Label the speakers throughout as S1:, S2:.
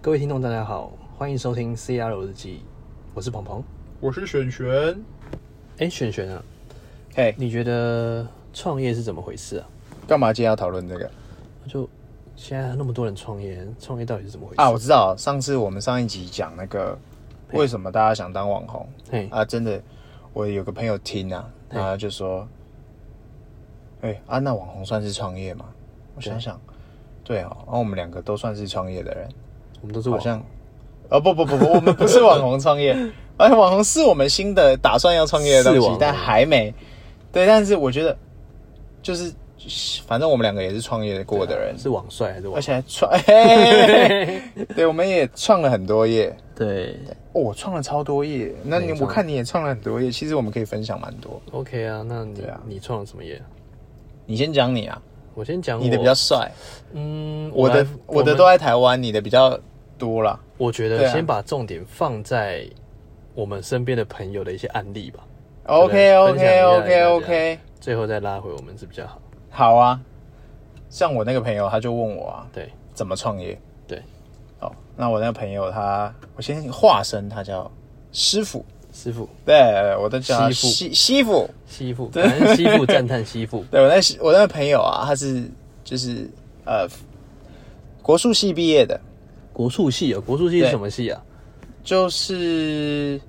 S1: 各位听众，大家好，欢迎收听 CR 日记，我是鹏鹏。
S2: 我是璇璇。
S1: 哎，璇璇啊，
S2: 嘿，
S1: 你觉得创业是怎么回事啊？
S2: 干嘛今天要讨论这个
S1: 就现在那么多人创业，创业到底是怎么回事
S2: 啊？我？知道，上次我们上一集讲那个为什么大家想当网红
S1: 嘿，
S2: 啊，真的，我有个朋友听啊，
S1: 嘿
S2: 他就说，哎、啊，那网红算是创业吗？我想想，对哦，然、后我们两个都算是创业的人，
S1: 我们都是
S2: 好
S1: 网
S2: 像，哦不不不不，我们不是网红创 业，而且网红是我们新的打算要创业的
S1: 是
S2: 东
S1: 网
S2: 西
S1: 红，
S2: 但还没。对，但是我觉得，就是反正我们两个也是创业过的人，啊
S1: 是网帅还是
S2: 而
S1: 网？
S2: 且还创， 嘿嘿嘿嘿对，我们也创了很多页。
S1: 对
S2: 哦，我创了超多页，那
S1: 对
S2: 你
S1: 创
S2: 我
S1: 了
S2: 看你也创了很多页，其实我们可以分享蛮多。
S1: ，OK 啊，那你、
S2: 对啊
S1: 你创了什么业？
S2: 你先讲你啊，
S1: 我先讲我
S2: 你的比较帅，
S1: 嗯，
S2: 我的
S1: 来
S2: 我的
S1: 们
S2: 都在台湾，你的比较多啦。
S1: 我觉
S2: 对
S1: 得
S2: 啊
S1: 先把重点放在我们身边的朋友的一些案例吧，
S2: OK
S1: 分享一
S2: OK
S1: 下
S2: OK
S1: 给大
S2: OK，
S1: 最后再拉回我们是比较好。
S2: 好啊。像我那个朋友，他就问我啊，
S1: 对
S2: 怎么创业？
S1: 对，
S2: 哦，那我那个朋友他，我先化身他叫师傅，
S1: 师傅
S2: 对，我都叫他
S1: 师傅
S2: 西师傅。
S1: 吸 附，感恩吸附，赞叹吸附。
S2: 对我那我那个朋友啊，他是就是呃国术系毕业的，
S1: 国术系啊，国术系是
S2: 对
S1: 什么系啊？
S2: 就是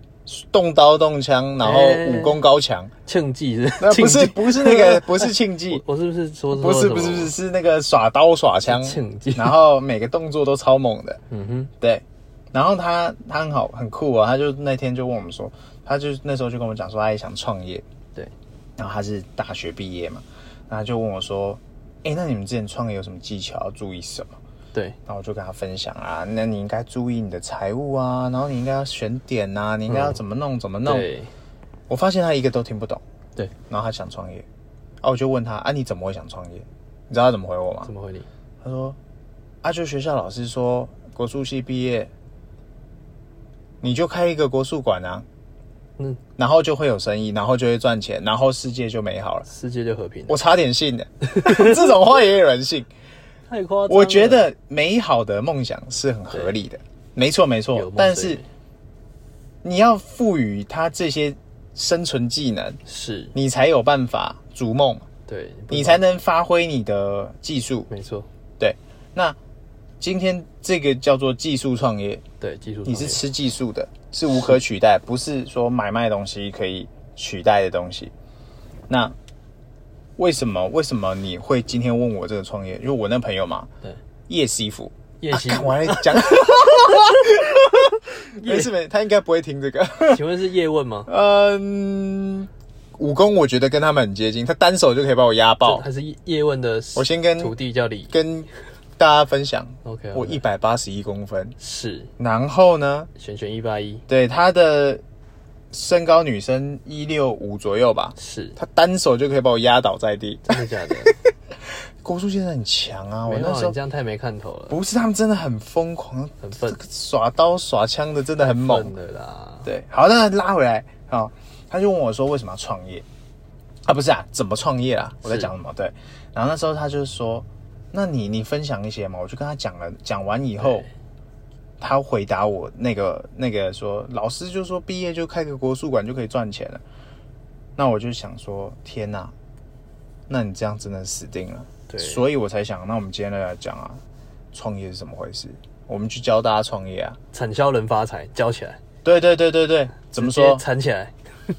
S2: 动刀动枪，然后
S1: 哎
S2: 武功高强。
S1: 庆忌是？
S2: 那不
S1: 庆
S2: 是
S1: 忌
S2: 不是那个不是庆 忌
S1: 我，我是不是说
S2: 不是不是不是是那个耍刀耍枪，
S1: 庆忌？
S2: 然后每个动作都超猛的。
S1: 嗯哼，
S2: 对，然后他他很好很酷啊，他就那天就问我们说，他就那时候就跟我讲说他也想创业，
S1: 对，
S2: 然后他是大学毕业嘛，然后他就问我说，哎、那你们之前创业有什么技巧要注意什么？
S1: 对
S2: 然后我就跟他分享啊，那你应该注意你的财务啊，然后你应该要选点啊，你应该要怎么弄、怎么弄。
S1: 嗯对
S2: 我发现他一个都听不懂，
S1: 对，
S2: 然后他想创业，啊，我就问他啊，你怎么会想创业？你知道他怎么回我吗
S1: 怎？么回你？
S2: 他说：“啊，就学校老师说，国术系毕业，你就开一个国术馆啊，
S1: 嗯，
S2: 然后就会有生意，然后就会赚钱，然后世界就美好了。
S1: 世界就和平”了？
S2: 我差点信了， 这种话也有人信。
S1: 太夸张了！
S2: 我觉得美好的梦想是很合理的，没错没
S1: 有
S2: 错
S1: 梦。
S2: 但
S1: 最
S2: 是
S1: 美
S2: 你要赋予他这些生存技能，
S1: 是
S2: 你才有办法逐梦，
S1: 对，不
S2: 你才能发挥你的技术。
S1: 没错，
S2: 对，那今天这个叫做技术创业，
S1: 对技术
S2: 你是啊吃技术的，是无可取代，不是说买卖东西可以取代的东西。那为什么为什么你会今天问我这个创业？因为我那朋友嘛，
S1: 对
S2: 叶师傅，
S1: 夜
S2: 啊，
S1: 袭，
S2: 看我还 讲，没事没事，他应该不会听这个。
S1: 请问是叶问吗？
S2: 嗯，武功我觉得跟他们很接近，他单手就可以把我压爆。
S1: 还是叶叶问的？
S2: 哦我先跟
S1: 徒弟叫李
S2: 跟大家分享，
S1: ，OK，
S2: 我一百八十一公分，
S1: 是
S2: 然后呢，
S1: 选选一八一
S2: 对他的身高女生一六五左右吧，
S1: 是。
S2: 他单手就可以把我压倒在地。
S1: 真的 假的？
S2: 郭书现在很强啊，
S1: 没
S2: 我
S1: 有
S2: 那
S1: 啊，
S2: 时候
S1: 你这样太没看头了，
S2: 不是他们真的很疯狂，
S1: 很笨
S2: 这个耍刀耍枪的真的很猛
S1: 笨。的啦。
S2: 对，好，那拉回来，好，他就问我说为什么要创业？啊，不是啊，怎么创业啊？我在
S1: 是
S2: 讲什么？对，然后那时候他就说，那你你分享一些嘛，我就跟他讲了，讲完以后
S1: 对，
S2: 他回答我那个那个说，老师就说毕业就开个国术馆就可以赚钱了，那我就想说，天哪、那你这样真的死定了，
S1: 对，
S2: 所以我才想，那我们今天来讲啊，创业是怎么回事？我们去教大家创业啊，
S1: 产销人发财，教起来，
S2: 对对对对对，怎么
S1: 直接
S2: 说？
S1: 缠起来，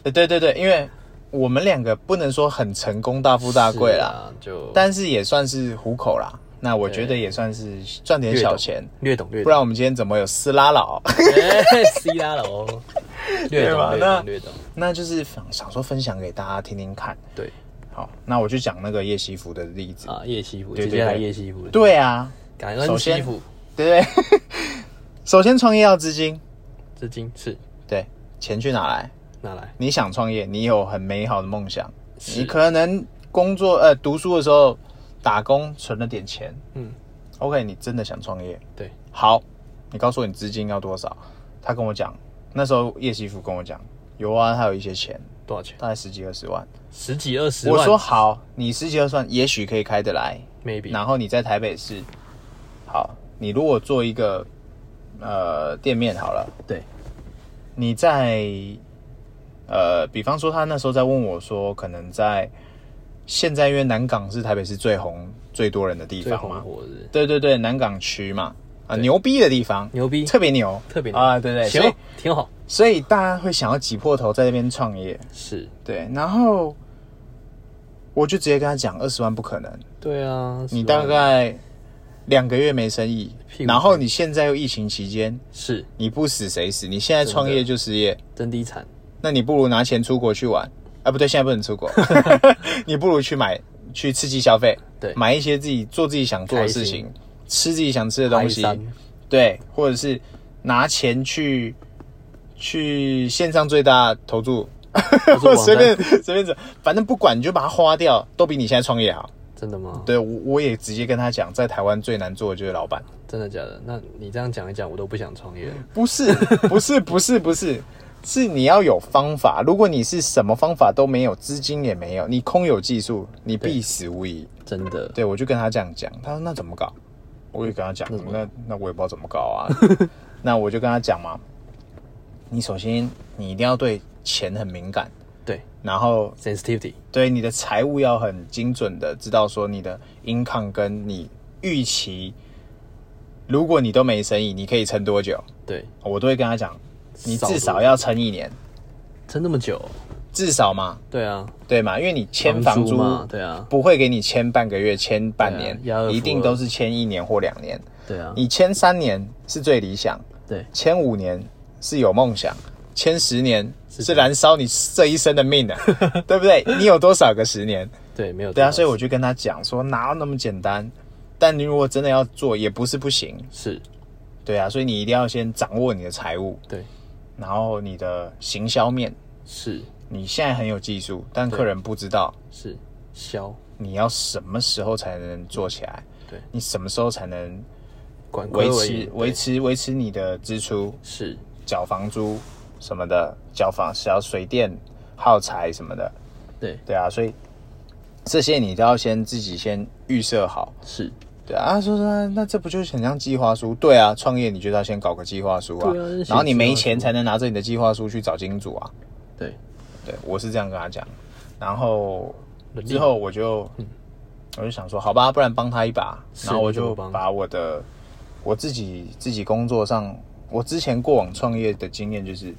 S2: 欸对对对，因为我们两个不能说很成功大富大贵啦，
S1: 是啊，就
S2: 但是也算是糊口啦。那我觉得也算是赚点小钱，
S1: 略懂略懂，
S2: 不然我们今天怎么有斯拉佬？
S1: 哎 C 拉了哦，略
S2: 对
S1: 懂
S2: 吧
S1: 略
S2: 那
S1: 懂略懂，
S2: 那就是想想说分享给大家听听看。
S1: 对
S2: 好，那我就讲那个夜西服的例子。
S1: 啊，夜西服，
S2: 对
S1: 直
S2: 对
S1: 接来
S2: 对
S1: 夜西服，，
S2: 对啊，
S1: 感恩
S2: 首先
S1: 西服，
S2: 对不对？ 首先创业要资金，
S1: 资金是
S2: 对，钱去哪来？
S1: 拿来，
S2: 你想创业，你有很美好的梦想，
S1: 是
S2: 你可能工作呃读书的时候打工存了点钱
S1: 嗯，
S2: ，OK，你真的想创业，
S1: 对，
S2: 好，你告诉我你资金要多少？他跟我讲，那时候叶媳妇跟我讲，有啊，他有一些钱，
S1: 多少钱？
S2: 大概十几二十万。
S1: 十几二十
S2: 我
S1: 万，
S2: 说好，你十几二十万也许可以开得来，
S1: maybe
S2: 然后你在台北市，好，你如果做一个呃店面好了，
S1: 对，
S2: 你在呃，比方说他那时候在问我说，可能在现在因为南港是台北市最红最多人的地
S1: 最
S2: 方
S1: 红啊
S2: 嘛，
S1: 火的
S2: 对对对，南港区嘛，啊、牛逼的地方，
S1: 牛逼，
S2: 特别牛，
S1: 特别
S2: 啊、对对，
S1: 行
S2: 所以，
S1: 挺好，
S2: 所以大家会想要挤破头在那边创业，
S1: 是，
S2: 对，然后我就直接跟他讲，二十万不可能，
S1: 对啊，
S2: 你
S1: 是吧
S2: 大概两个月没生意
S1: 屁，股
S2: 然后你现在又疫情期间，
S1: 是
S2: 你不死谁死？你现在创业就失业，
S1: 真低产，
S2: 那你不如拿钱出国去玩，啊，不对，现在不能 出国，你不如去买去刺激消费，
S1: 对
S2: 买一些自己做自己想做的事情，吃自己想吃的东西，
S1: 爬一 山
S2: 对，或者是拿钱去去线上最大投注，
S1: 都是网站
S2: 随便随便怎，反正不管你就把它花掉，都比你现在创业好。
S1: 真的吗？
S2: 对，我我也直接跟他讲，在台湾最难做的就是老板，
S1: 真的假的？那你这样讲一讲，我都不想创业了。
S2: 不是 不是不是不是，是你要有方法。如果你是什么方法都没有，资金也没有，你空有技术，你必死无疑。
S1: 真的，
S2: 对，我就跟他这样讲，他说那怎么搞？我就跟他讲，那那我也不知道怎么搞啊。 那我就跟他讲嘛，你首先你一定要对钱很敏感，
S1: 对
S2: 然后
S1: ，sensitivity，
S2: 对你的财务要很精准的知道说你的 income 跟你预期，如果你都没生意，你可以撑多久？
S1: 对，
S2: 我都会跟他讲，你
S1: 少
S2: 至
S1: 多
S2: 少要撑一年，
S1: 撑那么久，
S2: 至少嘛，
S1: 对啊，
S2: 对嘛？因为你签房租
S1: 嘛，对啊，
S2: 不会给你签半个月、签半
S1: 对啊
S2: 年，
S1: 押二付二
S2: 一定都是签一年或两年。
S1: 对啊，
S2: 你签三年是最理想，
S1: 对，
S2: 签五年是有梦想，签十年是燃烧你这一生的 命的、对不对？你有多少个十年？
S1: 对，没有
S2: 对啊，
S1: 多少
S2: 所以我就跟他讲说，哪有那么简单？但你如果真的要做，也不是不行。
S1: 是
S2: 对啊，所以你一定要先掌握你的财务，
S1: 对
S2: 然后你的行销面。
S1: 是
S2: 你现在很有技术，但客人不知道
S1: 是消
S2: 你要什么时候才能做起来，
S1: 对
S2: 你什么时候才能
S1: 管
S2: 维
S1: 亏
S2: 持
S1: 盈
S2: 维
S1: 对
S2: 持维持你的支出，
S1: 是
S2: 缴房租什么的，缴房缴水电耗材什么的，
S1: 对
S2: 对啊，所以这些你都要先自己先预设好，
S1: 是
S2: 对啊，啊说说那这不就是很像计划书？对啊，创业你就是要先搞个计划书啊，
S1: 对啊先写
S2: 然后你没
S1: 计划书
S2: 钱才能拿着你的计划书去找金主啊，
S1: 对
S2: 对，我是这样跟他讲。然后之后我就，我就想说，好吧，不然帮他一把。
S1: 嗯是
S2: 然后我
S1: 你
S2: 就
S1: 怎么帮
S2: 把我的我自己自己工作上，我之前过往创业的经验就是，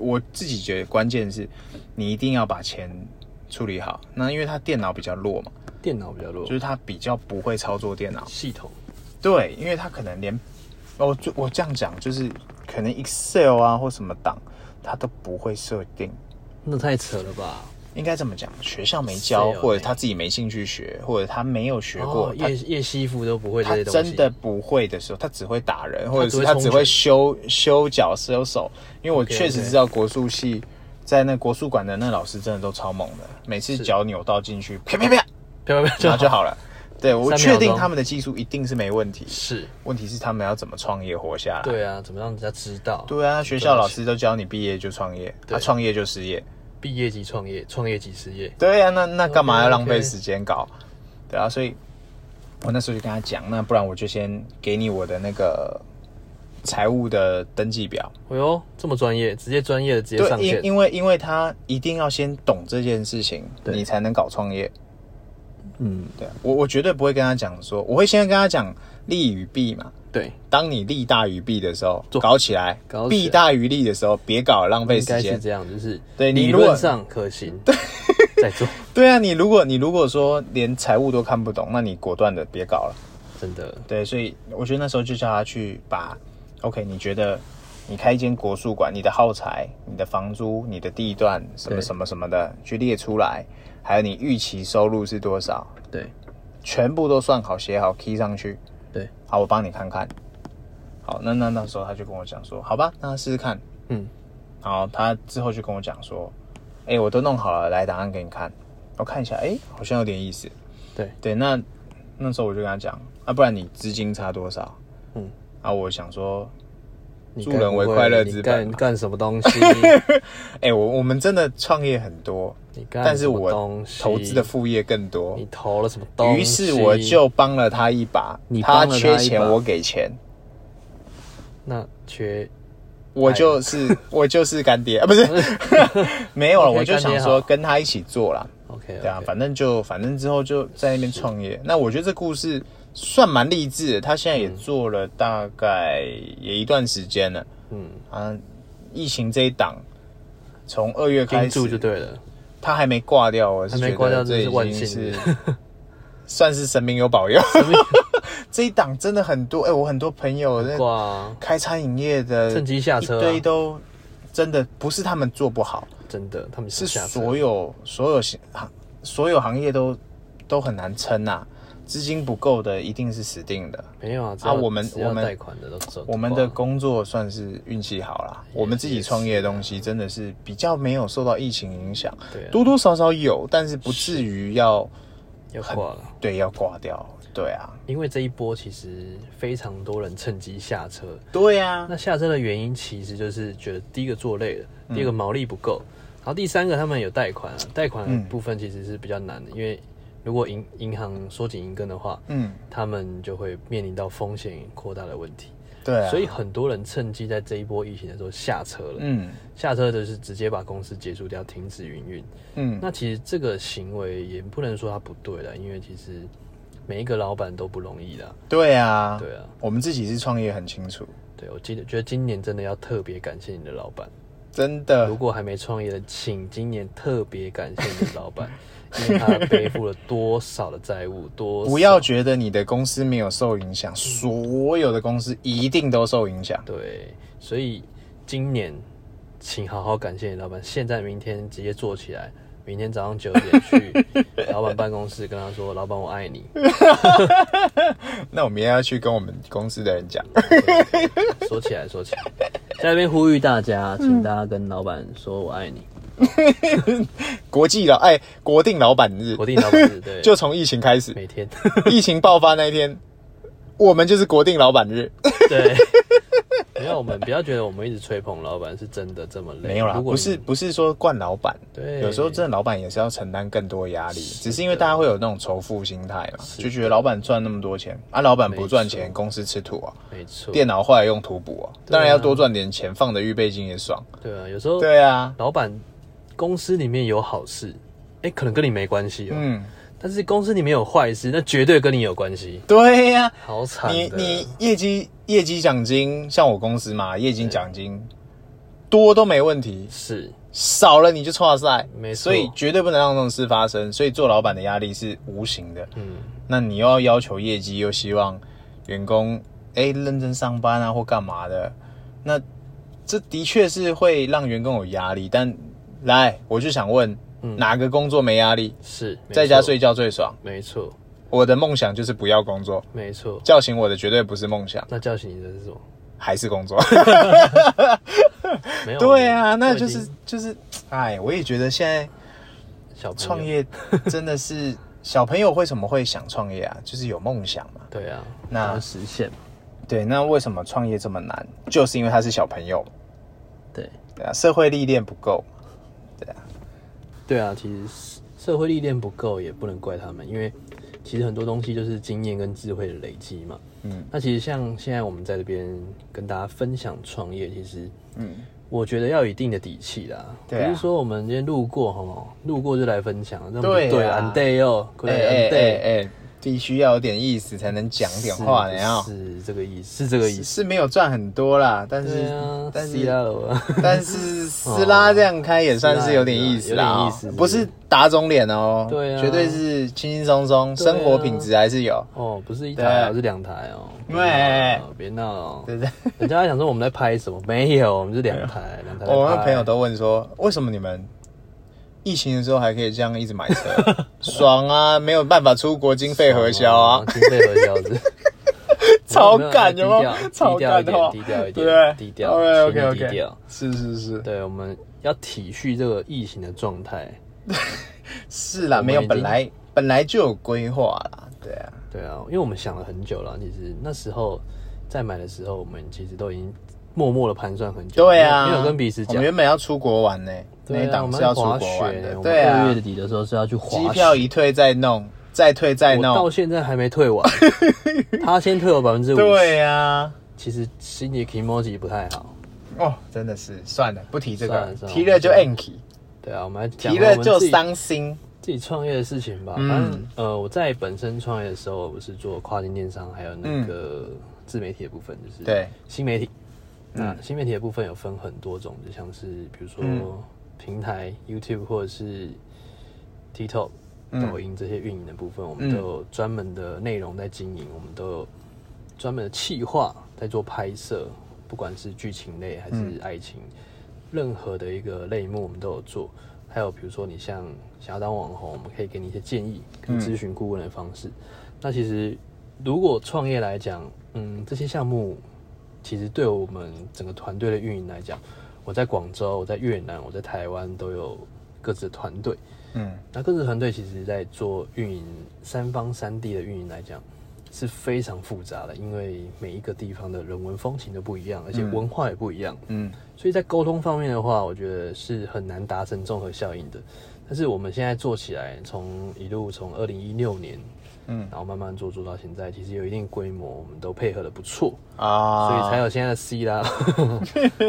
S2: 我自己觉得关键是，你一定要把钱处理好。那因为他电脑比较弱嘛，
S1: 电脑比较弱
S2: 就，是他比较不会操作电脑。
S1: 系统
S2: 对，因为他可能连我就我这样讲，就是可能 Excel 啊或什么档，他都不会设定。
S1: 那太扯了吧？
S2: 应该这么讲，学校没教，
S1: 谁有
S2: 或者他自己没兴趣学，或者他没有学过，
S1: 哦叶叶西服都不会
S2: 他
S1: 这些
S2: 他
S1: 东西，
S2: 真的不会的时候，他只会打人，或者是
S1: 只会
S2: 他
S1: 冲
S2: 只会
S1: 拳
S2: 修修脚、修手。因为我
S1: OK，OK
S2: 确实知道国术系在那国术馆的那老师真的都超猛的，每次脚扭到进去，啪啪啪，
S1: 不要不要
S2: 然后就
S1: 好
S2: 好了。对，
S1: 三
S2: 我
S1: 秒
S2: 确定
S1: 钟
S2: 他们的技术一定是没问题，
S1: 是，
S2: 问题是他们要怎么创业活下来。
S1: 对啊，怎么让人家知道？
S2: 对啊，学校老师都教你毕业就创业，他、
S1: 对
S2: 创业就失业。
S1: 毕业即创业，创业即失业，
S2: 对呀、啊，那那干嘛
S1: 哦 OK，OK
S2: 要浪费时间搞对啊，所以我那时候就跟他讲，那不然我就先给你我的那个财务的登记表。
S1: 哎呦，这么专业，直接专业的直接
S2: 对
S1: 上，线
S2: 因，因为因为他一定要先懂这件事情，
S1: 对
S2: 你才能搞创业。
S1: 嗯，
S2: 对啊我我绝对不会跟他讲说，我会先跟他讲利与弊嘛。
S1: 对，
S2: 当你利大于弊的时候，
S1: 做
S2: 搞起来；
S1: 搞起来
S2: 弊大于利的时候，别搞了，浪费
S1: 应
S2: 时
S1: 该是
S2: 间。
S1: 这样，就是
S2: 对
S1: 理
S2: 你如果
S1: 论上可行，对，再做，
S2: 对啊，你如果你如果说连财务都看不懂，那你果断的别搞了。
S1: 真的
S2: 对，所以我觉得那时候就叫他去把，OK，你觉得你开一间国术馆，你的耗材、你的房租、你的地段什么
S1: 对
S2: 什么什么的，去列出来，还有你预期收入是多少，
S1: 对
S2: 全部都算好、写好、key 上去。
S1: 对，
S2: 好，我帮你看看。好，那那那时候他就跟我讲说，好吧，那试试看。
S1: 嗯，
S2: 然后他之后就跟我讲说，哎、我都弄好了，来档案给你看。我看一下，哎、好像有点意思。
S1: 对
S2: 对，那那时候我就跟他讲，啊，不然你资金差多少？
S1: 嗯，
S2: 啊，我想说，
S1: 你
S2: 助
S1: 该
S2: 人
S1: 不
S2: 为
S1: 会
S2: 快乐
S1: 你
S2: 之本啊
S1: 干
S2: 嘛
S1: 干什么东 西？
S2: 哎、我我们真的创业很多，
S1: 你干
S2: 但是
S1: 什么
S2: 我
S1: 东西
S2: 投资的，副业更多
S1: 你，投了什么东西？
S2: 于是我就帮了他一把。
S1: 你
S2: 他
S1: 帮了他
S2: 缺
S1: 一
S2: 钱，
S1: 把
S2: 我给钱。
S1: 那缺
S2: 我就是 我就是干爹啊，不是没有了，
S1: OK，
S2: 我就
S1: 干
S2: 想
S1: 爹
S2: 说
S1: 好
S2: 跟他一起做啦。
S1: OK，
S2: 对啊，
S1: OK
S2: 反正就反正之后就在那边创业。那我觉得这故事算蛮励志的，他现在也做了大概也一段时间了。
S1: 嗯，
S2: 啊，疫情这一档从二月开
S1: 盯住就
S2: 始，
S1: 对了。
S2: 他还没挂掉，我是
S1: 还没
S2: 觉
S1: 挂
S2: 得
S1: 掉
S2: 这
S1: 真是
S2: 已
S1: 万
S2: 经是
S1: 幸
S2: 算是神明有保佑。 这一档真的很多，哎、我很多朋友在
S1: 挂啊
S2: 开餐饮业的，
S1: 趁机下车啊
S2: 一堆都真的不是他们做不好，
S1: 真的，他们
S2: 是啊
S1: 下车
S2: 所有所有行行所有行业都都很难撑呐、资金不够的一定是死定的。
S1: 没有啊，只要
S2: 我们
S1: 只要
S2: 我们
S1: 贷款的都走，
S2: 我们的工作算是运气好啦，
S1: 也
S2: 我们自己
S1: 也是啊
S2: 创业的东西真的是比较没有受到疫情影响，
S1: 对啊
S2: 多多少少有，但是不至于要
S1: 要挂了。
S2: 对要挂掉，对啊，
S1: 因为这一波其实非常多人趁机下车，
S2: 对啊，
S1: 那下车的原因其实就是觉得第一个做累了，
S2: 嗯
S1: 第二个毛利不够，然后第三个他们有贷款啊，贷款
S2: 嗯
S1: 的部分其实是比较难的，因为如果银银行缩紧银根的话，
S2: 嗯，
S1: 他们就会面临到风险扩大的问题，
S2: 对啊，
S1: 所以很多人趁机在这一波疫情的时候下车了，
S2: 嗯
S1: 下车的是直接把公司结束掉，停止营运。
S2: 嗯，
S1: 那其实这个行为也不能说它不对了，因为其实每一个老板都不容易的，
S2: 对啊，
S1: 对啊。
S2: 我们自己是创业很清楚，
S1: 对，我记得觉得今年真的要特别感谢你的老板。
S2: 真
S1: 如
S2: 的，
S1: 果还没创业的，请今年特别感谢你的老 板，因为他背负了多少的债务，多少
S2: 不要觉得你的公司没有受影
S1: 嗯
S2: 响，所有的公司一定都受影响，
S1: 对，所以今年请好好感谢你的老板。现在明天直接做起来，明天早上九点去老板办公室跟他说：“老板，我爱你。
S2: 那我们也要去跟我们公司的人讲，
S1: 对”说起来，说起来，在那边呼吁大家，请大家跟老板说我爱你。
S2: 国际老哎国定老板日，
S1: 国定老板日，对，
S2: 就从疫情开始。
S1: 每天。
S2: 疫情爆发那一天，我们就是国定老 板日。
S1: 对，没有，我们不要觉得我们一直吹捧老板是真的这么累，
S2: 没有啦，
S1: 如果
S2: 不
S1: 你
S2: 是不是说惯老板，
S1: 对，
S2: 有时候真的老板也是要承担更多压力，
S1: 是的
S2: 只是因为大家会有那种仇富心态嘛，
S1: 是的
S2: 就觉得老板赚那么多钱啊，老板不赚
S1: 没
S2: 钱，
S1: 错
S2: 公司吃土啊，
S1: 没错，
S2: 电脑坏了用土补啊，
S1: 对啊
S2: 当然要多赚点钱，放的预备金也爽。
S1: 对啊，有时候
S2: 对啊，
S1: 老板公司里面有好事，哎、可能跟你没关系哦、
S2: 嗯，
S1: 但是公司里面有坏事，那绝对跟你有关系，
S2: 对呀、
S1: 好惨
S2: 你
S1: 的
S2: 你业绩业绩奖金，像我公司嘛，业绩奖金多都没问题，
S1: 是
S2: 少了你就错赛，
S1: 没错
S2: 所以绝对不能让这种事发生。所以做老板的压力是无形的，
S1: 嗯，
S2: 那你又要要求业绩，又希望员工哎、诶认真上班啊或干嘛的，那这的确是会让员工有压力。但来，我就想问，
S1: 嗯
S2: 哪个工作没压力？
S1: 是没
S2: 在家
S1: 错
S2: 睡觉最爽。
S1: 没错
S2: 我的梦想就是不要工作，
S1: 没错，
S2: 叫醒我的绝对不是梦想，
S1: 那叫醒你的是什么？
S2: 还是 工作。
S1: 没有，
S2: 对啊，那
S1: 都已
S2: 就
S1: 经
S2: 是就是，哎，我也觉得现在。
S1: 小朋友
S2: 创，业真的是小朋友为什么会想创业啊？就是有梦想嘛。
S1: 对啊，
S2: 那
S1: 想要实现嘛，
S2: 对，那为什么创业这么难？就是因为他是小朋友，
S1: 对
S2: 对啊，社会历练不够。
S1: 对啊，其实社社会历练不够也不能怪他们，因为其实很多东西就是经验跟智慧的累积嘛。
S2: 嗯
S1: 那其实像现在我们在这边跟大家分享创业，其实
S2: 嗯，
S1: 我觉得要有一定的底气啦，
S2: 对啊
S1: 不是说我们今天路过哈，路过就来分享，那我
S2: 对
S1: 们
S2: 啊
S1: 就对安对哦，
S2: 哎
S1: 对
S2: 哎
S1: 安对，
S2: 哎哎，必须要有点意思才能讲点话呢啊。
S1: 是这个意思，是这个意
S2: 是
S1: 思，
S2: 是没有赚很多啦，但
S1: 对
S2: 是、
S1: 啊，
S2: 但
S1: 是
S2: 是
S1: 啊，我
S2: 但是斯拉这样开也算是有点意思啦、
S1: 有
S2: 哦，
S1: 点意思
S2: 不是打肿脸哦，
S1: 对啊
S2: 绝对是轻轻松松，
S1: 对啊
S2: 生活品质还是有，
S1: 哦，不是一台啊，
S2: 对
S1: 是两台哦，
S2: 对
S1: 别闹了，别闹
S2: 对不
S1: 了，
S2: 对？
S1: 人家还想说我们在拍什么，没有，我们是两台，两台在拍，
S2: 啊哦我那朋友都问说，为什么你们疫情的时候还可以这样一直买 车？爽啊，没有办法出国，经费核销啊，
S1: 哦经费核销是。
S2: 超感有没
S1: 没有
S2: 有？
S1: 低调
S2: 超感的话，
S1: 低调一点
S2: 对不哦对？
S1: 低调一点
S2: OK
S1: 低
S2: OK
S1: 调
S2: OK，
S1: 低调
S2: 是是是，
S1: 对，我们要体恤这个疫情的状态。
S2: 是啦，
S1: 我们
S2: 没有
S1: 已经
S2: 本来本来就有规划啦，对啊，
S1: 对啊，因为我们想了很久了，其实那时候在买的时候，我们其实都已经默默的盘算很久，
S2: 对啊，
S1: 没有没有跟彼此
S2: 我
S1: 讲
S2: 们。原本要出国玩呢，那
S1: 对啊，
S2: 一
S1: 我
S2: 档
S1: 们
S2: 是要出
S1: 滑
S2: 国玩的
S1: 雪，，
S2: 对
S1: 我们
S2: 啊
S1: 二月，底的时候是要去滑
S2: 机
S1: 雪
S2: 票一退再弄，再退再
S1: 我
S2: 弄
S1: 到，现在还没退完，他先退我百分之五十，
S2: 对啊，
S1: 其实心里 emoji 不太好。
S2: 哦，真的是算了，不提这
S1: 算
S2: 个
S1: 了，算了
S2: 提了就
S1: 我们
S2: anky，
S1: 对啊，我们来讲
S2: 提
S1: 一下我
S2: 了
S1: 们
S2: 就
S1: 自己
S2: 伤心。
S1: 自己创业的事情吧。
S2: 嗯
S1: 反正呃，我在本身创业的时候，我是做跨境电商，还有那个自媒体的部分，就是
S2: 嗯对
S1: 新媒体。那新媒体的部分有分很多种，就像是比如说
S2: 嗯
S1: 平台、YouTube 或者是 TikTok、
S2: 嗯
S1: 抖音这些运营的部分，我
S2: 嗯
S1: 们都有专门的内容在经营，我们都有专门的企划在做拍摄，不管是剧情类还
S2: 嗯
S1: 是爱情，任何的一个类目我们都有做。还有比如说你像想要当网红，我们可以给你一些建议跟咨询顾问的方式。那其实如果创业来讲，嗯，这些项目其实对我们整个团队的运营来讲，我在广州、我在越南、我在台湾都有各自的团队。
S2: 嗯
S1: 那各自团队其实在做运营三方三地的运营来讲是非常复杂的，因为每一个地方的人文风情都不一样，而且文化也不一样，
S2: 嗯
S1: 所以在沟通方面的话，我觉得是很难达成综合效应的。但是我们现在做起来，从一路从二零一六年，
S2: 嗯
S1: 然后慢慢做做到现在，其实有一定规模，我们都配合的不错，
S2: 啊，
S1: 所以才有现在的 C 啦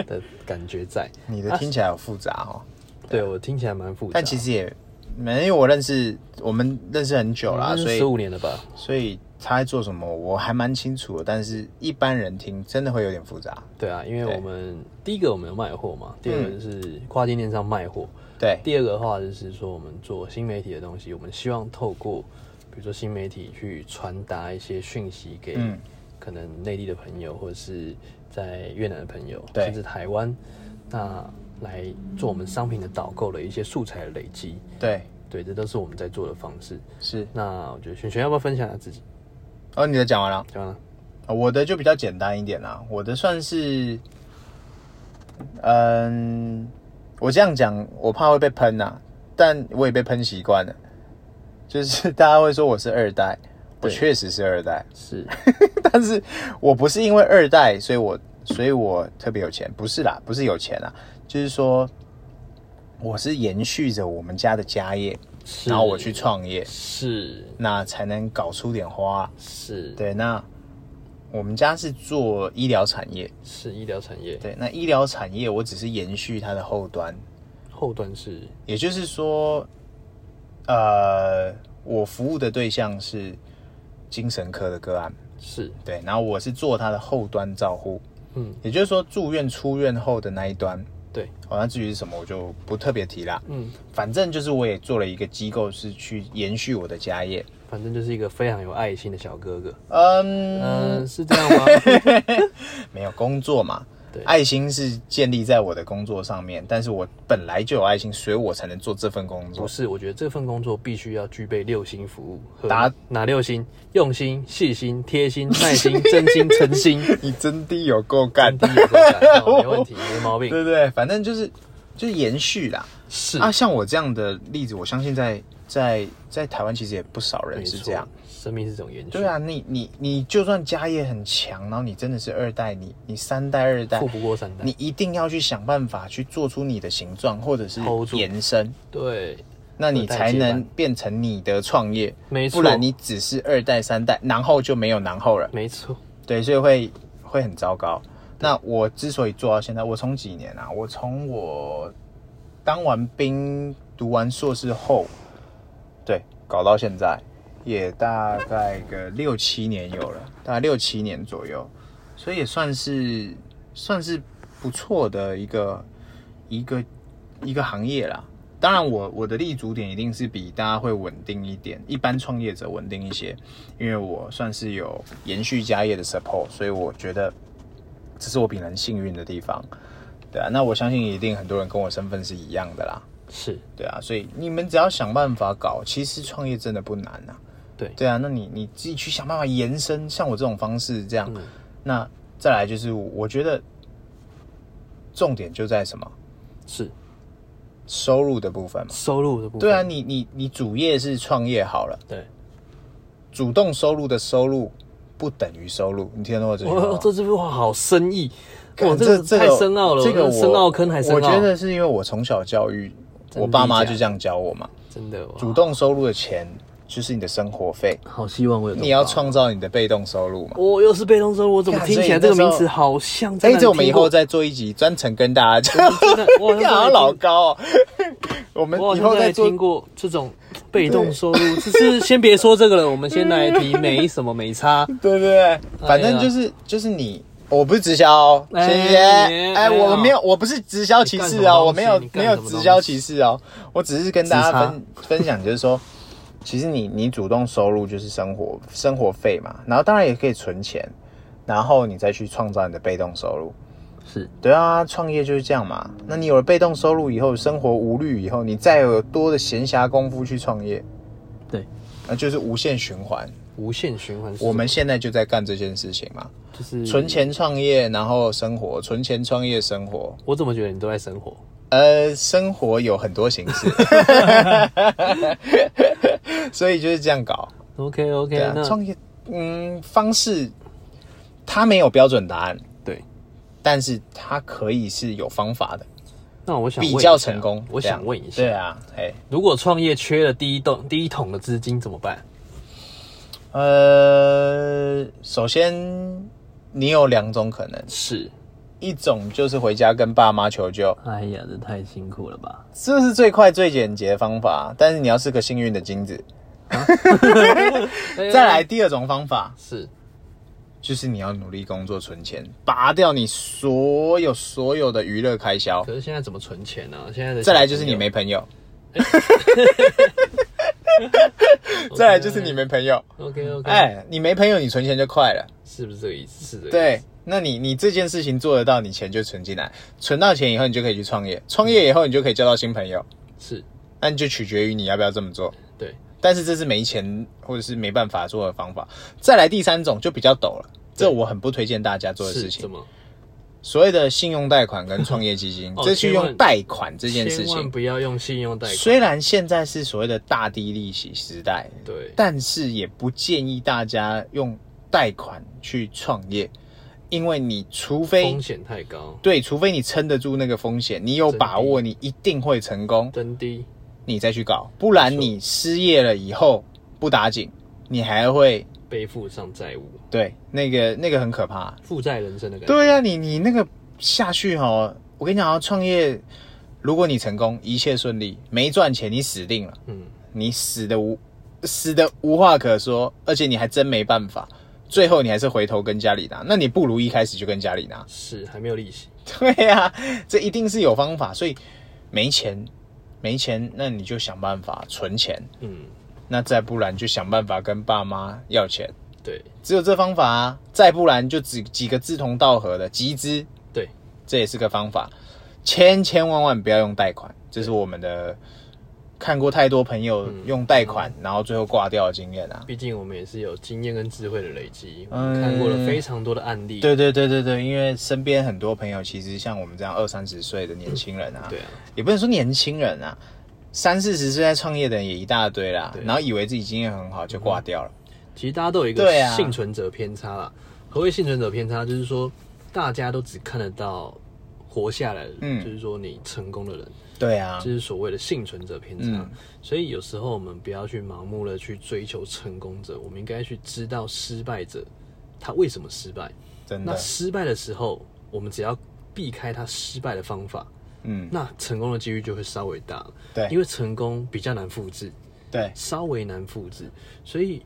S1: 的感觉在。
S2: 你的听起来好复杂哦，
S1: 对我听起来蛮复杂，
S2: 但其实也没，因为我认识我们认识很久啦，所以
S1: 十五年了吧？
S2: 所以他在做什么我还蛮清楚的，但是一般人听真的会有点复杂。
S1: 对啊，因为我们第一个我们有卖货嘛，第二个就
S2: 嗯
S1: 是跨境电商卖货，
S2: 对，
S1: 第二个的话就是说我们做新媒体的东西，我们希望透过比如说新媒体去传达一些讯息给
S2: 嗯
S1: 可能内地的朋友，或者是在越南的朋友，
S2: 对
S1: 甚至台湾，那来做我们商品的导购的一些素材的累积。
S2: 对，
S1: 对，这都是我们在做的方式。
S2: 是。
S1: 那我觉得璇璇要不要分享一下自己？
S2: 哦，你的讲完了，
S1: 讲完了，
S2: 我的就比较简单一点啦，我的算是，嗯，我这样讲我怕会被喷呐、但我也被喷习惯了，就是 大家会说我是二代，我
S1: 对
S2: 确实是二代，
S1: 是
S2: 但是我不是因为二代，所以我所以我特别有钱，不是啦，不是有钱啦，啊就是说我是延续着我们家的家业，
S1: 是，
S2: 然后我去创业，
S1: 是
S2: 那才能搞出点花。
S1: 是
S2: 对，那我们家是做医疗产业，
S1: 是医疗产业，
S2: 对，那医疗产业我只是延续它的后端，
S1: 后端是
S2: 也就是说，呃，我服务的对象是精神科的个案，
S1: 是
S2: 对，然后我是做它的后端照护，
S1: 嗯
S2: 也就是说住院出院后的那一端，
S1: 对
S2: 好、哦，那至于是什么我就不特别提啦，
S1: 嗯，
S2: 反正就是我也做了一个机构是去延续我的家业，
S1: 反正就是一个非常有爱心的小哥哥。
S2: 嗯，
S1: 嗯、是这 样吗？
S2: 没有工作嘛。
S1: 对
S2: 爱心是建立在我的工作上面，但是我本来就有爱心，所以我才能做这份工作
S1: 不。是，我觉得这份工作必须要具备六星服务。呵
S2: 答
S1: 哪六星？用心、细心、贴心、耐心、真心、诚 心。
S2: 你真的有够干，
S1: 第一个过来哦没问题，没毛病。
S2: 对不对？反正就是就是延续啦。
S1: 是
S2: 啊，像我这样的例子，我相信在在在台湾其实也不少
S1: 没
S2: 人是
S1: 错
S2: 这样。，
S1: 生命是种延续。
S2: 对，啊，你你你就算家业很强，然后你真的是二代，你你三代二代
S1: 富，不过三代。
S2: 你一定要去想办法去做出你的形状或者是
S1: Hold 住
S2: 延伸，
S1: 对，
S2: 那你
S1: 二代
S2: 才
S1: 接班
S2: 能变成你的创业。
S1: 没错。
S2: 不然你只是二代三代，然后就没有然后了，
S1: 没错，
S2: 对，所以会会很糟糕。那我之所以做到现在，我从几年啊，我从我当完兵、读完硕士后，对，搞到现在也大概个六七年有了，大概六七年左右，所以也算是算是不错的一个一个一个行业啦。当然我，我的立足点一定是比大家会稳定一点，一般创业者稳定一些，因为我算是有延续家业的 support，所以我觉得这是我比人幸运的地方。对啊，那我相信一定很多人跟我身份是一样的啦。
S1: 是
S2: 对啊，所以你们只要想办法搞，其实创业真的不难啊。
S1: 对
S2: 对啊，那你你自己去想办法延伸，像我这种方式这样。
S1: 嗯
S2: 那再来就是，我觉得重点就在什么
S1: 是
S2: 收入的部分嘛。
S1: 收入的部分。
S2: 对啊，，你你你主业是创业好了，
S1: 对，
S2: 主动收入的收入不等于收入，你听得懂我这句话
S1: 哇
S2: 吗，？
S1: 这句话好深意，哇，
S2: 干
S1: 这
S2: 这
S1: 个太深奥了，
S2: 这个
S1: 我
S2: 我
S1: 深奥坑还深奥。
S2: 我觉得是因为我从小教育，
S1: 真的
S2: 我爸妈
S1: 假
S2: 就这样教我嘛，
S1: 真的哇
S2: 主动收入的钱就是你的生活费，
S1: 好希望我有这种
S2: 你要
S1: 报
S2: 创造你的被动收入嘛。
S1: 我又是被动收入，我怎么
S2: 干
S1: 听起来
S2: 所
S1: 这个
S2: 以你那时候
S1: 名词好像在
S2: 哎、
S1: 哪里
S2: 这我们以
S1: 听过
S2: 后再做一集专程跟大家讲，
S1: 真的 我好像
S2: 好像老
S1: 老，
S2: 高、哦。 我们
S1: 我好
S2: 以
S1: 像
S2: 后
S1: 在
S2: 再做
S1: 听过这种被动收入，只是先别说这个了，我们先来 提没什么没差。
S2: 对对对，反正就是、就是你，我不是直销哦，谢谢。
S1: 哎哎
S2: 哎，
S1: 哎
S2: 我没有，我不是直销歧
S1: 你干
S2: 视
S1: 什么东
S2: 哦，
S1: 西
S2: 我没有
S1: 你干什么
S2: 没有
S1: 东西
S2: 直销歧视哦，我只是跟大
S1: 直
S2: 家
S1: 插
S2: 分分享，就是说，其实你你主动收入就是生活生活费嘛，然后当然也可以存钱，然后你再去创造你的被动收入。
S1: 是
S2: 对啊，创业就是这样嘛。那你有了被动收入以后，生活无虑以后，你再有多的闲暇功夫去创业，
S1: 对，
S2: 那就是无限循环。
S1: 无限循环是什么。
S2: 我们现在就在干这件事情嘛。
S1: 就是
S2: 存。钱创业，然后生活；存钱创业生活。
S1: 我怎么觉得你都在生活？
S2: 呃，生活有很多形式， 所以就是这样搞。
S1: OK OK，、
S2: 对啊，
S1: 那
S2: 创业，嗯，方式它没有标准答案，
S1: 对，
S2: 但是它可以是有方法的，
S1: 那我想问
S2: 比
S1: 一
S2: 较
S1: 下
S2: 成功。
S1: 我
S2: 这样
S1: 想问一
S2: 对
S1: 下，
S2: 啊，哎，
S1: 如果创业缺了第一桶第一桶的资金怎么办？
S2: 呃，首先你有两种可能，
S1: 是，
S2: 一种就是回家跟爸妈求救，
S1: 哎呀，这太辛苦了吧？
S2: 这是最快最简洁的方法，但是你要是个幸运的精子。
S1: 嗯
S2: 再来第二种方法，
S1: 哎是
S2: 就是你要努力工作存钱，拔掉你所有所有的娱乐开销
S1: 可。是现在怎么存钱呢、现在的
S2: 再来就是你没朋友， 再来就是你没朋友。
S1: OK OK，哎，
S2: 哎，你没朋友，你存钱就快了。
S1: 是不是这个意思？是这个意思
S2: 对，那你你这件事情做得到，你钱就存进来，存到钱以后，你就可以去创业，创业以后你就可以交到新朋友，
S1: 是，
S2: 那你就取决于你要不要这么做。
S1: 对，
S2: 但是这是没钱或者是没办法做的方法。再来第三种就比较陡了，这我很不推荐大家做的
S1: 是
S2: 事
S1: 怎
S2: 情。
S1: 么，
S2: 所谓的信用贷款跟创业基金
S1: 哦
S2: 这去
S1: 千万
S2: 用贷款这件事
S1: 千万
S2: 情，
S1: 不要用信用贷款，
S2: 虽然现在是所谓的大低利息时代，
S1: 对，
S2: 但是也不建议大家用贷款去创业，因为你除非
S1: 风险太高，
S2: 对，除非你撑得住那个风险，你有
S1: 真的
S2: 把握，你一定会成功。
S1: 真低，
S2: 你再去搞，不然你失业了以后不打紧，你还会
S1: 背负上债务，
S2: 对那个那个很可怕。
S1: 负债人生的感觉。
S2: 对呀、啊你你那个下去哈，我跟你讲啊，创业如果你成功，一切顺利；没赚钱，你死定了，
S1: 嗯，
S2: 你死的无死的无话可说，而且你还真没办法。最后你还是回头跟家里拿，那你不如一开始就跟家里拿。
S1: 是还没有利息，
S2: 对呀、这一定是有方法，所以没钱，没钱，那你就想办法存钱。
S1: 嗯，
S2: 那再不然就想办法跟爸妈要钱，
S1: 对
S2: 只有这方法啊。再不然就几几个志同道合的集资，
S1: 对，
S2: 这也是个方法。千千万万不要用贷款，这是我们的看过太多朋友用贷款、
S1: 嗯
S2: 然后最后挂掉的经验啊。
S1: 毕竟我们也是有经验跟智慧的累积，我
S2: 嗯
S1: 们看过了非常多的案例，
S2: 对对对对对，因为身边很多朋友其实像我们这样二三十岁的年轻人啊，
S1: 对啊，
S2: 也不能说年轻人啊，三四十岁在创业的人也一大堆啦
S1: 对，嗯
S2: 然后以为自己经验很好就挂掉了。
S1: 其实大家都有一个
S2: 对啊
S1: 幸存者偏差啦。何谓幸存者偏差？就是说大家都只看得到活下来的人，
S2: 嗯
S1: 就是说你成功的人，
S2: 对啊
S1: 这、，是所谓的幸存者偏差。
S2: 嗯
S1: 所以有时候我们不要去盲目的去追求成功者，我们应该去知道失败者他为什么失败。
S2: 真
S1: 那
S2: 的，
S1: 失败的时候，我们只要避开他失败的方法，
S2: 嗯，
S1: 那成功的几率就会稍微大了。因
S2: 对
S1: 为成功比较难复制，
S2: 对，
S1: 稍微难复制，所以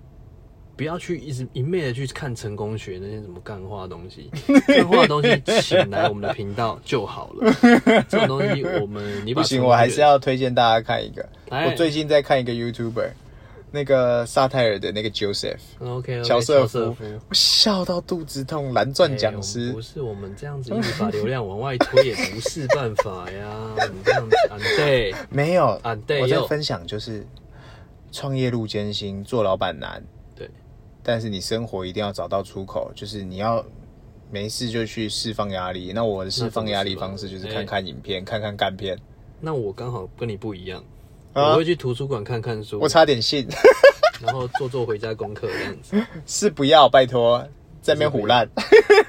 S1: 不要去一直一昧的去看成功学那些什么干化的东西， 干化的东西请来我们的频道就好了。这种东西我们你把
S2: 不行，
S1: 成功
S2: 我还
S1: 学
S2: 是要推荐大家看一个。
S1: 哎
S2: 我最近在看一个 YouTuber，那个萨泰尔的那个 Joseph，
S1: OK，, o
S2: 乔瑟
S1: 瑟
S2: 夫
S1: 夫，
S2: 我笑到肚子痛，蓝钻讲
S1: 哎我们
S2: 师
S1: 不。是我们这样子一直把流量往外推也不是办法呀， 我们这样子啊对
S2: 没有
S1: 啊对
S2: 我在
S1: 又
S2: 分享就是创业路艰辛，做老板难，
S1: 对
S2: 但是你生活一定要找到出口，就是你要。没事就去释放压力。那我的释放压力方式就是
S1: 那怎么释放
S2: 看看影
S1: 哎
S2: 片，看看干片。
S1: 那我刚好跟你不一样，
S2: 啊
S1: 我会去图书馆看看书，
S2: 我差点信，
S1: 然后做做回家功课这样子，
S2: 是不要，拜托，在那边胡乱。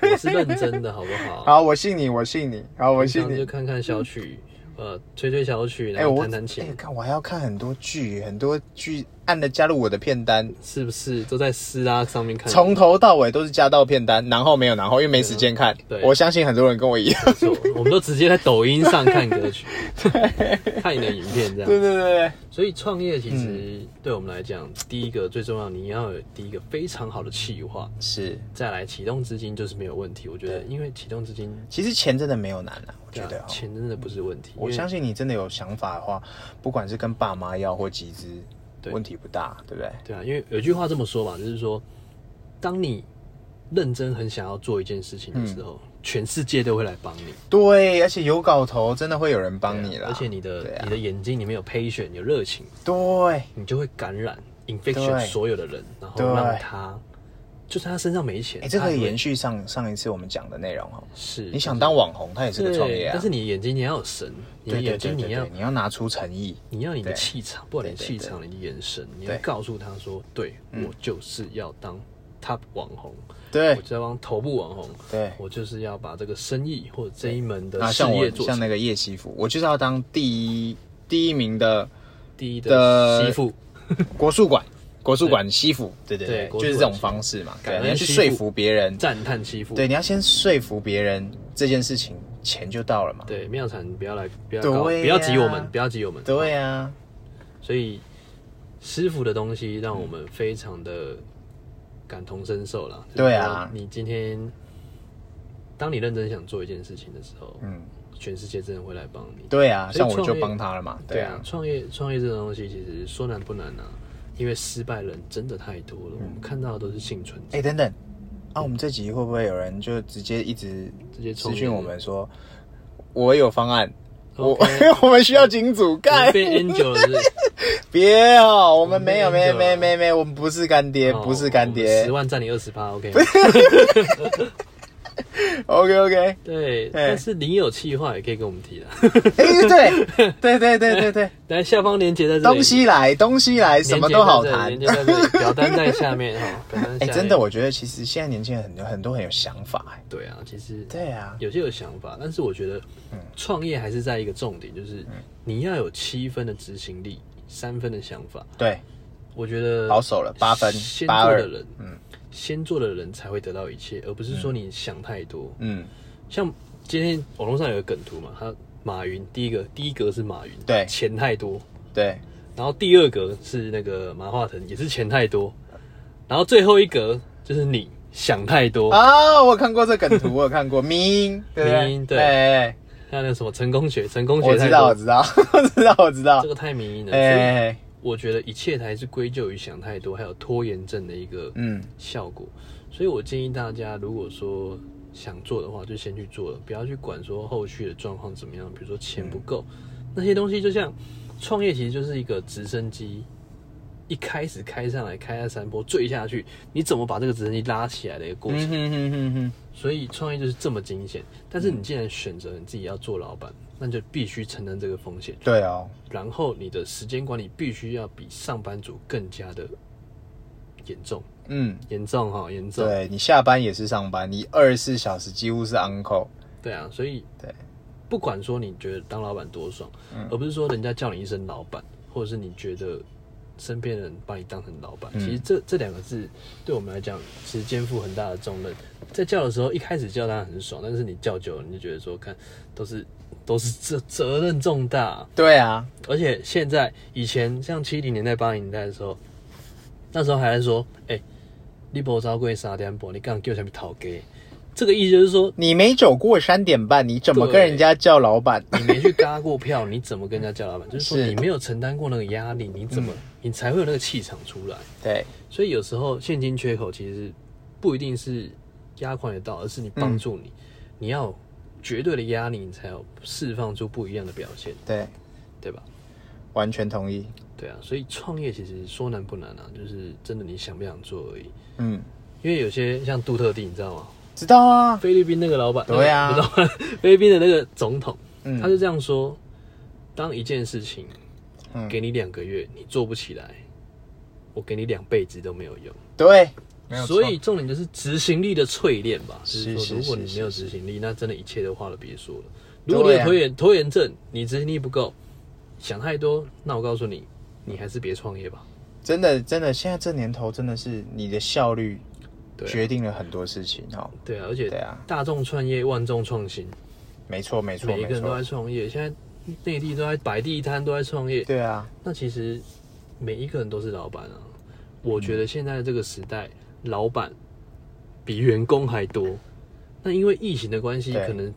S1: 我是认真的好不好？
S2: 好，我信你，我信你，好，我
S1: 平
S2: 信
S1: 常
S2: 你
S1: 就。看看小曲，呃，吹吹小曲，
S2: 哎、
S1: 然后
S2: 我
S1: 弹弹琴
S2: 哎、。看我还要看很多剧，很多剧按了加入我的片单，
S1: 是不是都在撕拉上面看？
S2: 从头到尾都是加到片单，然后没有然后，因为没时间看。
S1: 对
S2: 我相信很多人跟我 一样。
S1: 没错我们都直接在抖音上看歌 曲，看你的影片这样。
S2: 对对对对，
S1: 所以创业其
S2: 嗯
S1: 实对我们来讲，第一个最重要，你要有第一个非常好的企划，
S2: 是。
S1: 再来启动资金就是没有问题。我觉得，因为启动资金，
S2: 其实钱真的没有难啊，我觉得
S1: 对啊
S2: 哦。
S1: 钱真的不是问题。
S2: 我
S1: 因为
S2: 相信你真的有想法的话，不管是跟爸妈要或集资，
S1: 对
S2: 问题不大，对不对？
S1: 对啊，因为有句话这么说嘛，就是说，当你认真很想要做一件事情的时候，
S2: 嗯
S1: 全世界都会来帮你，啊
S2: 对，而且有搞头，真的会有人帮你啦。
S1: 而且你的、
S2: 对啊
S1: 你的眼睛里面有 patient 有热情，
S2: 对
S1: 你就会感染 infection
S2: 对
S1: 所有的人，然后
S2: 对
S1: 让他，就算他身上没钱，
S2: 哎、这
S1: 他
S2: 个
S1: 也会
S2: 延续上上一次我们讲的内容哦。
S1: 是
S2: 你想当网红，它也是个
S1: 对
S2: 创业啊。
S1: 但是你眼睛你要有神，你的
S2: 对对
S1: 眼
S2: 对
S1: 睛
S2: 对
S1: 你要
S2: 对，你要拿出诚意。
S1: 你要你的
S2: 对
S1: 气场，不管你的
S2: 对
S1: 气
S2: 对
S1: 场、你的眼神，你要
S2: 对嗯
S1: 告诉他说，对我就是要当 top 网红，
S2: 对
S1: 我就要当头部网红，
S2: 对
S1: 我就是要把这个生意或者这一门的
S2: 啊，
S1: 事
S2: 像我
S1: 业做
S2: 像
S1: 成
S2: 那个叶西服，我就是要当第一第一名的
S1: 第一
S2: 的
S1: 媳妇，
S2: 国术馆，国术馆西服，对对
S1: 对
S2: 对，
S1: 国术
S2: 就是这
S1: 馆
S2: 种
S1: 西服
S2: 方式嘛。
S1: 感
S2: 对，
S1: 恩
S2: 你要去
S1: 西
S2: 说
S1: 服
S2: 服别人，
S1: 赞叹媳妇。
S2: 嗯对，你要先说服别人这件事情，钱就到了嘛。
S1: 对，妙产不要来，不要搞，不
S2: 对啊呀
S1: 要挤我们，不要挤我们。
S2: 对啊，
S1: 所以师傅的东西让我们非常的感同身受啦。
S2: 对啊
S1: 就是你今天当你认真想做一件事情的时候，
S2: 嗯，
S1: 全世界真的会来帮你。
S2: 对啊，
S1: 所以
S2: 像我
S1: 创
S2: 就
S1: 业
S2: 帮他了嘛。对啊，
S1: 创业创业这种东西其实说难不难啊，因为失败人真的太多了，我们看到的都是幸存者
S2: 嗯哎、，等等，啊，我们这集会不会有人就直接一直
S1: 直接
S2: 私
S1: 冲
S2: 讯我们说，我有方案，我
S1: OK
S2: 我们需要金主干？
S1: 变 angel 了是不是
S2: 别哦，我们没有，
S1: 我们
S2: 没
S1: 没有
S2: 没没没，我们不是干爹，不是干爹
S1: 哦十。万占你二十八，OK。
S2: OK OK，
S1: 对，
S2: 哎
S1: 但是你有气话也可以跟我们提的，
S2: 哎、对对对对对对，
S1: 来下方连接在这里，
S2: 东西来东西来，什么都好谈
S1: 连。接在这里，表单在下面哈，表单下
S2: 哎、
S1: 面。
S2: 真的，我觉得其实现在年轻人很多很多很有想法、哎，
S1: 对啊，其实
S2: 对啊，
S1: 有些有想法，但是我觉得
S2: 嗯
S1: 创业还是在一个重点，就是你要有七分的执行力，三分的想法。
S2: 对，
S1: 我觉得
S2: 保守了八分
S1: 先
S2: 八
S1: 做
S2: 二
S1: 的人，
S2: 嗯
S1: 先做的人才会得到一切，而不是说你想太多。
S2: 嗯，
S1: 像今天网络上有个梗图嘛，他马云第一个第一格是马云，
S2: 对
S1: 钱太多，
S2: 对，
S1: 然后第二格是那个马化腾，也是钱太多，然后最后一格就是你想太多。
S2: 啊、我看过这梗图，我有看过，明对不
S1: 迷因
S2: 对？
S1: 对
S2: 哎
S1: 还有那个什么成功学，成功
S2: 我
S1: 学太
S2: 知道，我
S1: 多，
S2: 知道，我知道，我知道
S1: 这。个太迷因了。所以
S2: 哎、
S1: 我觉得一切还是归咎于想太多，还有拖延症的一个
S2: 嗯，
S1: 效果。所以我建议大家，如果说想做的话，就先去做了，不要去管说后续的状况怎么样，比如说钱不够、那些东西，就像创业其实就是一个直升机。一开始开上来，开在山坡坠下去，你怎么把这个直升机拉起来的一个过程？
S2: 嗯哼哼哼哼，
S1: 所以创业就是这么惊险。但是你既然选择你自己要做老板，那你就必须承担这个风险。
S2: 对哦，
S1: 然后你的时间管理必须要比上班族更加的严重，
S2: 嗯，
S1: 严重哈，严重。
S2: 对你下班也是上班，你二十四小时几乎是 uncle，
S1: 对啊，所以
S2: 对，
S1: 不管说你觉得当老板多爽，而不是说人家叫你一声老板，或者是你觉得身边人把你当成老板，其实这这两个字对我们来讲，其实肩负很大的重任。在叫的时候，一开始叫当然很爽，但是你叫久了，你就觉得说，看都是都是责责任重大，
S2: 对啊，
S1: 而且现在以前像七零年代、八零年代的时候，那时候还在说，哎、你不招贵啥点不，你干给我下面讨给，这个意思就是说，
S2: 你没走过三点半，你怎么
S1: 对
S2: 跟人家叫老板？
S1: 你没去嘎过票，你怎么跟人家叫老板？就是说
S2: 是
S1: 你没有承担过那个压力，你怎么、你才会有那个气场出来？
S2: 对，
S1: 所以有时候现金缺口其实不一定是压垮你的刀，而是你帮助你，你要有绝对的压力，你才有释放出不一样的表现，
S2: 对，
S1: 对吧？
S2: 完全同意。
S1: 对啊，所以创业其实说难不难啊，就是真的你想不想做而已。
S2: 嗯，
S1: 因为有些像杜特地，你知道吗？
S2: 知道啊，
S1: 菲律宾那个老板，
S2: 对啊
S1: 那个不是老板菲律宾的那个总统，
S2: 嗯
S1: 他就这样说：当一件事情
S2: 嗯
S1: 给你两个月，你做不起来，我给你两辈子都没有用。
S2: 对，
S1: 所以重点就是执行力的淬炼吧。就是是说，如
S2: 是
S1: 果你
S2: 是
S1: 没有执行力，那真的一切都话都别说了。如果你
S2: 对
S1: 有
S2: 啊
S1: 拖延拖延症，你执行力不够，想太多，那我告诉你，你还是别创业吧。
S2: 真的真的，现在这年头真的是你的效率
S1: 对啊
S2: 决定了很多事情哈。
S1: 对啊，而且
S2: 对啊
S1: 大众创业，万众创新，
S2: 没错没错
S1: 每一个
S2: 没
S1: 人都在
S2: 错，
S1: 创业。现在内地都在摆地摊，都在创业。
S2: 对啊，
S1: 那其实每一个人都是老板啊。我觉得现在这个时代，老板比员工还多。那因为疫情的关系，
S2: 对
S1: 可能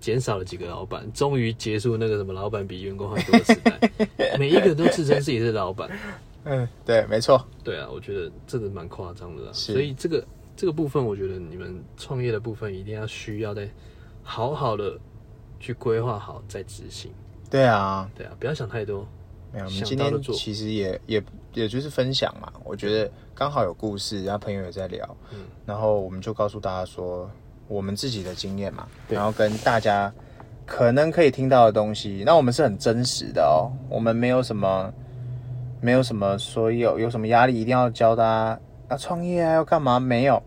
S1: 减少了几个老板，终于结束那个什么老板比员工还多的时 代。每一个人都自称自己是老板，
S2: 嗯，对，没错，
S1: 对啊，我觉得这个蛮夸张的啦。
S2: 是
S1: 所以这个这个部分，我觉得你们创业的部分一定要需要再好好的去规划好再执行，
S2: 对啊，
S1: 对啊，不要想太多。
S2: 没有，我们
S1: 想
S2: 今
S1: 到就
S2: 天
S1: 做
S2: 其实也也也就是分享嘛，我觉得刚好有故事，然后朋友也在聊，
S1: 嗯
S2: 然后我们就告诉大家说我们自己的经验嘛，
S1: 对
S2: 然后跟大家可能可以听到的东西，那我们是很真实的哦，我们没有什么没有什么说有有什么压力一定要教大家啊创业啊要干嘛没有，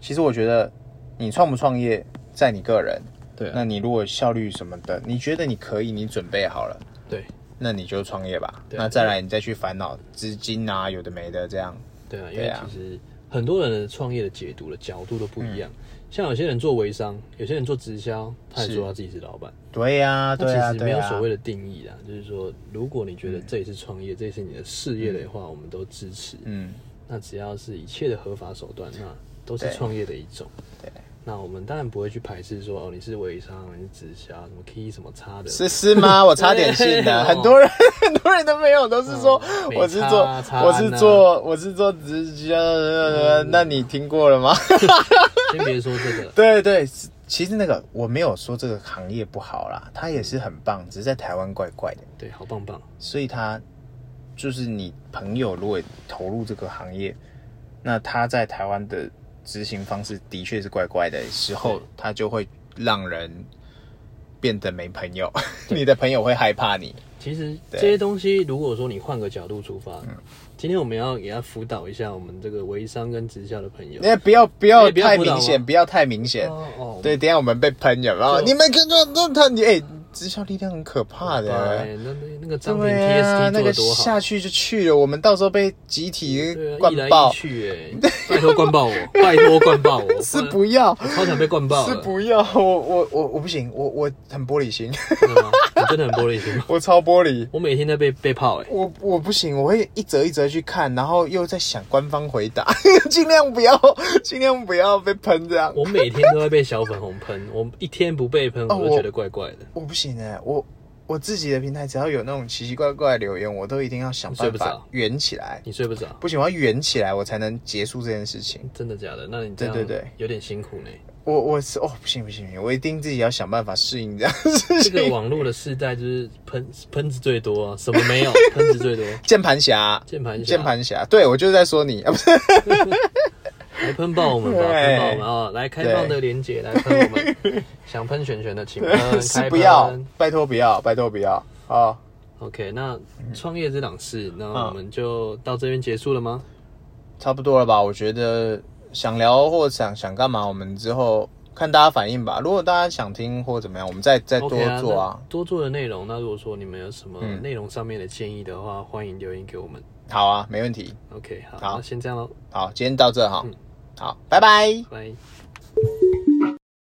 S2: 其实我觉得你创不创业在你个人，
S1: 对啊，
S2: 那你如果效率什么的，你觉得你可以，你准备好了。
S1: 对
S2: 那你就创业吧。
S1: 对啊
S2: 那再来，你再去烦恼资金啊，有的没的这样。
S1: 对啊，因
S2: 对
S1: 为
S2: 啊
S1: 其实很多人的创业的解读的角度都不一样。像有些人做微商，有些人做直销，他也
S2: 嗯是
S1: 说他自己是老板。
S2: 对呀、对呀、
S1: 那其实没
S2: 对啊嗯
S1: 有
S2: 呀、
S1: 所谓的定义啦，就是说，如果你觉得这也是创业，这也是你的事业的话，我们都支持。
S2: 嗯，
S1: 那只要是一切的合法手段，那都是创业的一种。
S2: 对，
S1: 那我们当然不会去排斥说哦，你是微商，你是直销，什么 K 什么叉的，
S2: 是是吗？我差点信
S1: 对
S2: 了，
S1: 哦
S2: 很多人 很多人都没有，都是说
S1: 嗯
S2: 我是
S1: 美差
S2: 做
S1: 差嗯
S2: 我是
S1: 安啊
S2: 做我是做直销的，那你听过了吗？。
S1: 先别说这个
S2: 对对，是其实那个我没有说这个行业不好啦，它也是很棒，只是在台湾怪怪的，
S1: 对，好棒棒。
S2: 所以它就是你朋友如果投入这个行业，那他在台湾的执行方式的确是怪怪的时候
S1: 对，
S2: 他就会让人变得没朋友， 你的朋友会害怕你。
S1: 其实这
S2: 对嗯
S1: 些东西，如果说你换个角度出发，今天我们要给他辅导一下我们这个微商跟直销的朋友。
S2: 那不要不要
S1: 哎不要
S2: 太
S1: 辅导
S2: 明显，
S1: 吗
S2: 不要太明显。
S1: 哦哦，
S2: 对，等一下我们被喷有没有？
S1: 就
S2: 你们跟着都他你哎，直销力量很可怕
S1: 对，
S2: 的。
S1: 那那那个商品
S2: 对啊，
S1: TST
S2: 那
S1: 做的
S2: 个
S1: 多好，
S2: 下去就去了，我们到时候被集体
S1: 对啊，
S2: 灌
S1: 一来
S2: 爆
S1: 一，去、哎，拜托灌爆 我，拜托灌爆我，
S2: 是
S1: 然
S2: 不要。
S1: 我超想被灌爆
S2: 是
S1: 了，
S2: 不要，我我我我不行，我我很玻璃心，
S1: 真的吗？你真的很玻璃心吗？
S2: 我超玻璃，
S1: 我每天在被被泡、哎，
S2: 我我不行，我会一则一则去看，然后又在想官方回答， 尽量不要，尽量不要被喷这样。
S1: 我每天都在被小粉红喷，我一天不被喷，我
S2: 哦我
S1: 都觉得怪怪的，
S2: 我不行哎、我我自己的平台只要有那种奇奇怪怪的留言，我都一定要想办
S1: 你睡不
S2: 法
S1: 着
S2: 圆起来，
S1: 你睡不着，
S2: 不行，我要圆起来，我才能结束这件事情。
S1: 真的假的？那你这样
S2: 对对对
S1: 有点辛苦呢。
S2: 我我是哦，不行不行不行，我一定自己要想办法适应这样的 事
S1: 这个
S2: 情。
S1: 网络的世代就是喷喷子最多啊，什么 没有，喷子最多，
S2: 键盘侠，
S1: 键盘侠
S2: 键盘侠，对我就是在说你啊，不是
S1: 来喷爆我们吧，
S2: 对
S1: 喷爆我们啊！来开放的连接来喷我们，想喷璇璇的请喷，
S2: 呃是
S1: 嗯开
S2: 不要
S1: 喷，
S2: 拜托不要，拜托不要哦。
S1: OK，那创业这档事，那
S2: 嗯
S1: 我们就到这边结束了吗？
S2: 差不多了吧？我觉得想聊或想想干嘛，我们之后看大家反应吧。如果大家想听或怎么样，我们再再多
S1: OK 啊
S2: 做啊。嗯
S1: 那多做的内容。那如果说你们有什么内容上面的建议的话，欢迎留言给我们。
S2: 好啊，没问题。
S1: OK，好，
S2: 好
S1: 那先这样喽，
S2: 好，今天到这哈。
S1: 嗯
S2: 好，拜拜。
S1: 拜。